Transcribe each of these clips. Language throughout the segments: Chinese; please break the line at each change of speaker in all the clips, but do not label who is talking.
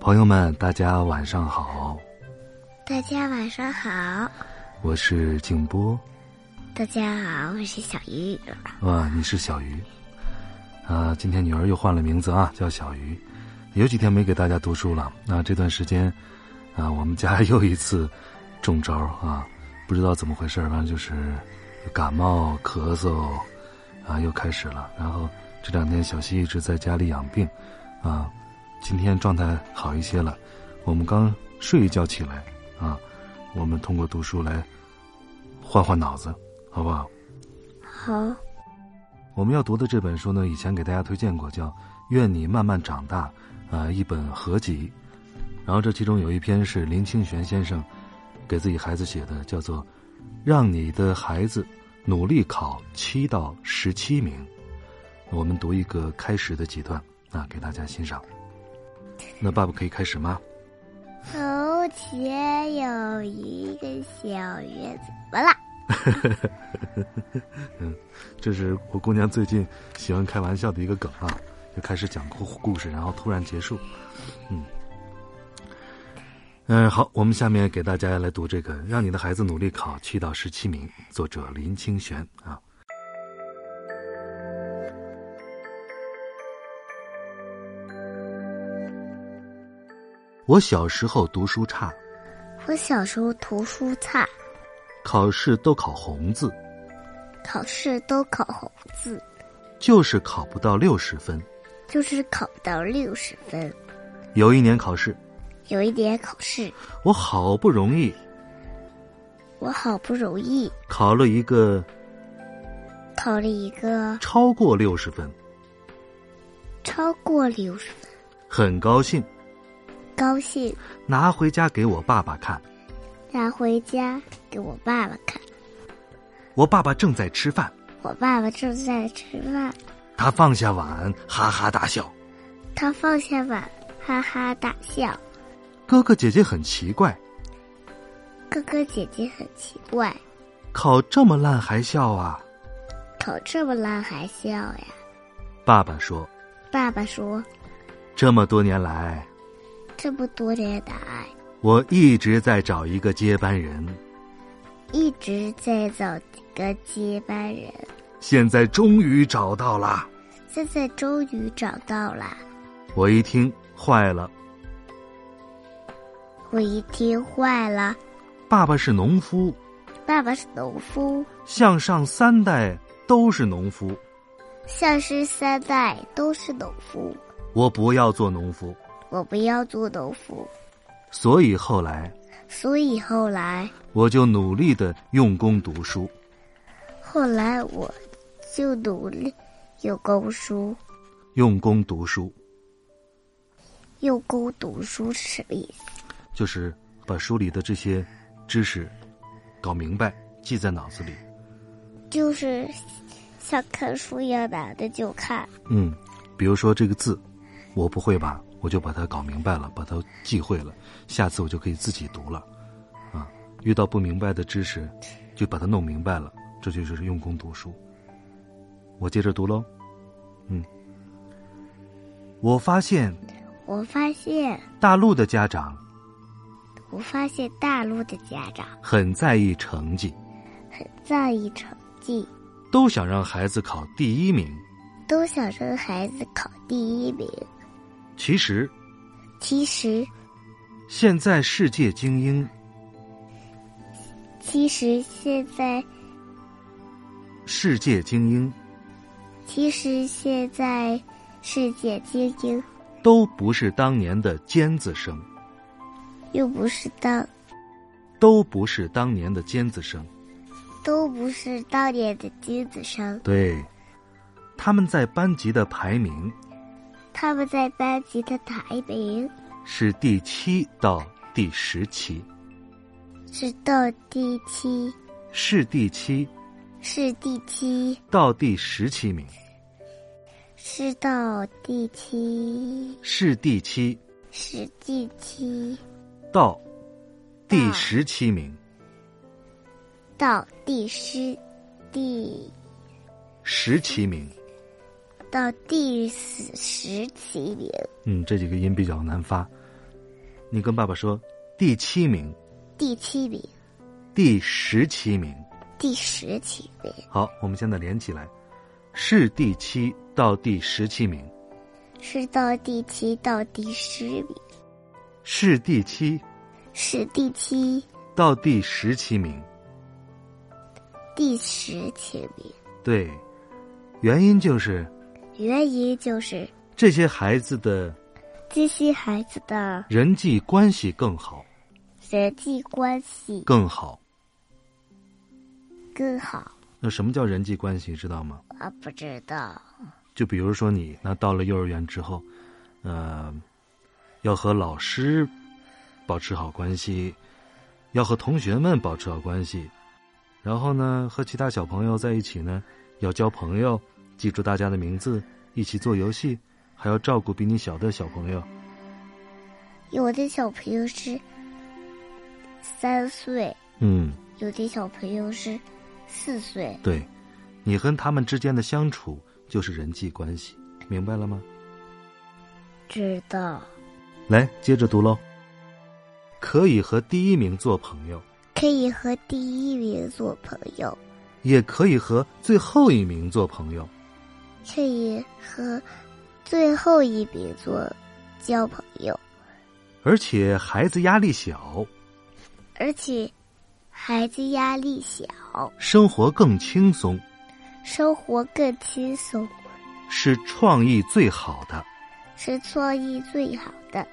朋友们，大家晚上好，
大家晚上好，
我是静波。
大家好，我是小鱼。
啊，你是小鱼。啊，今天女儿又换了名字啊，叫小鱼。有几天没给大家读书了，那、这段时间，啊，我们家 又一次中招啊，不知道怎么回事，反正就是感冒、咳嗽，啊，又开始了。然后这两天小西一直在家里养病，啊，今天状态好一些了。我们刚睡一觉起来，啊，我们通过读书来换换脑子，好不好？
好，
我们要读的这本书呢，以前给大家推荐过，叫《愿你慢慢长大》，啊，一本合集。然后这其中有一篇是林清玄先生给自己孩子写的，叫做《让你的孩子努力考七到十七名》。我们读一个开始的几段啊，给大家欣赏。那爸爸可以开始吗？
从前有一个小月子，完了，
这是我姑娘最近喜欢开玩笑的一个梗啊，就开始讲故故事，然后突然结束。嗯，嗯、好，我们下面给大家来读这个《让你的孩子努力考七到十七名》，作者林清玄啊。我小时候读书差，
我小时候读书差，
考试都考红字，
考试都考红字，
就是考不到六十分。
就是考不到六十分。
有一年考试，
有一年考试，
我好不容易
我好不容易
考了一个
考了一个
超过六十分，
超过六十分，
很高兴，
高兴
拿回家给我爸爸看。
拿回家给我爸爸看。
我爸爸正在吃饭，
我爸爸正在吃饭，
他放下碗，哈哈大笑。
他放下碗，哈哈大笑。
哥哥姐姐很奇怪，
哥哥姐姐很奇怪，
考这么烂还笑啊？
考这么烂还笑呀？
爸爸说，
爸爸说，
这么多年来，
这么多年来
我一直在找一个接班人，
一直在找几个接班人，
现在终于找到啦。
现在终于找到了。
我一听，坏了，
我一听坏了，
爸爸是农夫，
爸爸是农夫，
向上三代都是农夫，
像是三代都是农夫，
我不要做农夫。
我不要做农夫。
所以后来
所以后来，
我就努力的用功读书，
后来我就努力用功书，
用功读书
用功读书是什么意思？
就是把书里的这些知识搞明白，记在脑子里。
就是像看书一样拿着就看，
嗯，比如说这个字，我不会吧，我就把它搞明白了，把它记会了，下次我就可以自己读了。啊，遇到不明白的知识，就把它弄明白了，这就是用功读书。我接着读喽，嗯，我发现
我发现，
大陆的家长
我发现大陆的家长
很在意成绩，
很在意成绩，
都想让孩子考第一名。
都想让孩子考第一名。
其实，
其实，
现在世界精英
其实现在，
世界精英
其实现在世界精英
都不是当年的尖子生，
又不是当
都不是当年的尖子生。
都不是当年的金子生，
对，他们在班级的排名
他们在班级的排名
是第七到第十七，
是到第七，
是第七
是第七，
到第十七名，
是到第七，
是第七
是第七，
到第
到
十七名，
到第十，第
十七名。
到第十十七名，
嗯，这几个音比较难发，你跟爸爸说第七名、
第七名，
第十七名。
第十七名，
好，我们现在连起来，是第七到第十七名，
是到第七到第十名，
是第七
是第七
到第十七名。
第十七名。
对，原因就是
原因就是
这些孩子的
这些孩子的
人际关系更好，
人际关系
更好。
更好。
那什么叫人际关系，知道吗？
我不知道，
就比如说你，那到了幼儿园之后，呃，要和老师保持好关系，要和同学们保持好关系，然后呢，和其他小朋友在一起呢，要交朋友，记住大家的名字，一起做游戏，还要照顾比你小的小朋友。
有的小朋友是三岁，
嗯，
有的小朋友是四岁。
对，你跟他们之间的相处就是人际关系，明白了吗？
知道
来，接着读喽。可以和第一名做朋友，
可以和第一名做朋友，
也可以和最后一名做朋友。
可以和最后一名做交朋友，
而且孩子压力小，
而且孩子压力小，
生活更轻松，
生活更轻松，
是创意最好的。
是创意最好的。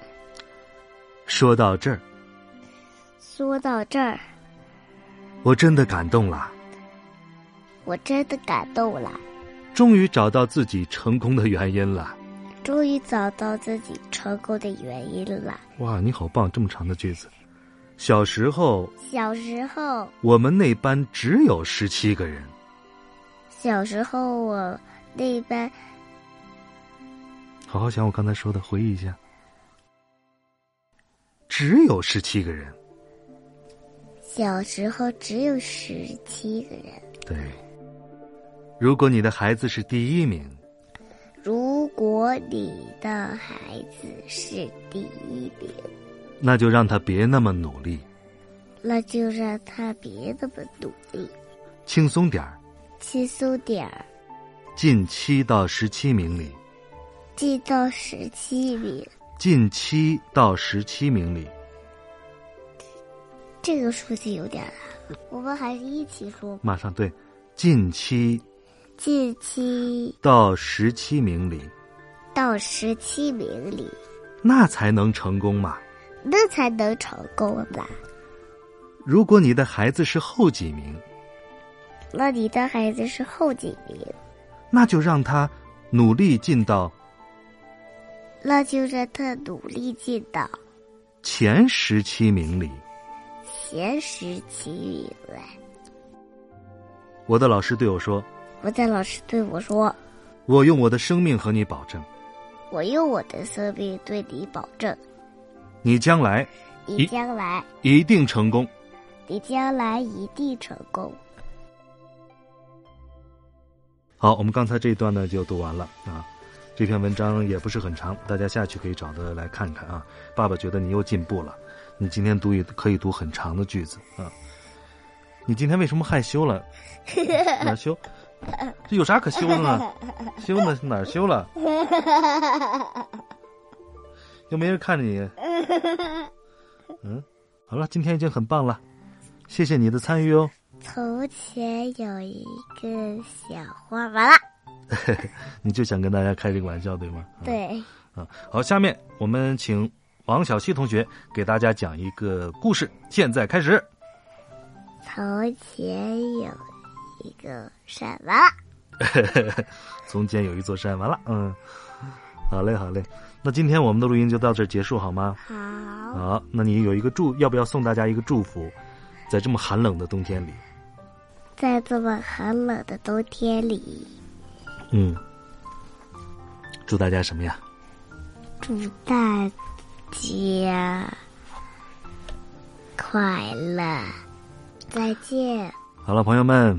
说到这儿，
说到这儿，
我真的感动了，
我真的感动了，
终于找到自己成功的原因了。
终于找到自己成功的原因了。
哇，你好棒！这么长的句子。小时候，
小时候，
我们那班只有十七个人，
小时候我那班
好好想我刚才说的，回忆一下，只有十七个人。
小时候只有十七个人。
对，如果你的孩子是第一名，
如果你的孩子是第一名，
那就让他别那么努力，
那就让他别那么努力，
轻松点儿，
轻松点儿，
进七到十七名里，
进到十七名。
进七到十七名里。
这个数字有点难，我们还是一起说吧。
马上对，进七
近期
到十七名里，
到十七名里，
那才能成功嘛。
那才能成功吧？
如果你的孩子是后几名，
那你的孩子是后几名？
那就让他努力进到
那就让他努力进到
前十七名里。
前十七名来。
我的老师对我说
我的老师对我说：“
我用我的生命和你保证，
我用我的生命对你保证，
你将来
你
咦
将来，
一定成功。”
你将来一定成功。
好，我们刚才这一段呢就读完了啊。这篇文章也不是很长，大家下去可以找着来看看啊。爸爸觉得你又进步了，你今天读也可以读很长的句子啊。你今天为什么害羞了？哪儿羞？这有啥可羞的呢？羞呢？哪儿羞了？又没人看着你。嗯，好了，今天已经很棒了，谢谢你的参与哦。
从前有一个小花，完了，
你就想跟大家开这个玩笑对吗？嗯
对，
啊，好，下面我们请王小溪同学给大家讲一个故事，现在开始。
从前有一个山，完了。
从前有一座山，完了，嗯，好嘞，好嘞，那今天我们的录音就到这儿结束好吗？
好，
好，那你有一个祝，要不要送大家一个祝福？在这么寒冷的冬天里，
在这么寒冷的冬天里，
嗯，祝大家什么呀？
祝大家快乐，再见，
好了，朋友们，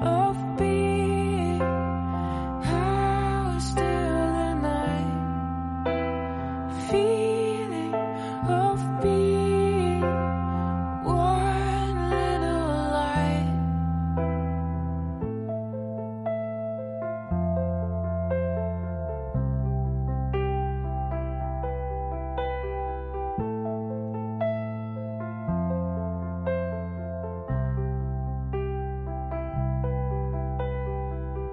of being high still the night. Feeling of being one little light.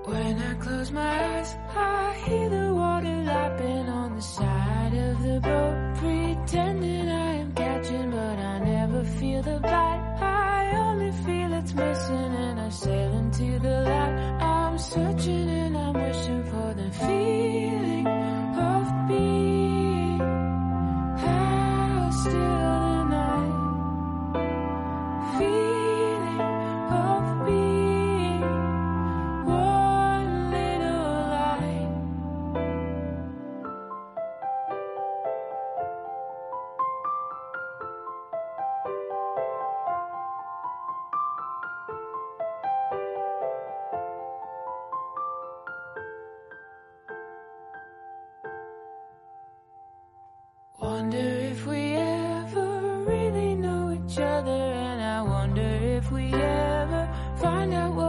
When I close my eyes, I hear the water lapping on the side of the boat, pretending I am catching, but I never feel the bite. I only feel it's missing, and I sail into the light. I'm searching and I'm wishing for the feeling of being how still the night, feeling of being. One little light. Wonder if we ever really know each other, and I wonder if we ever find out what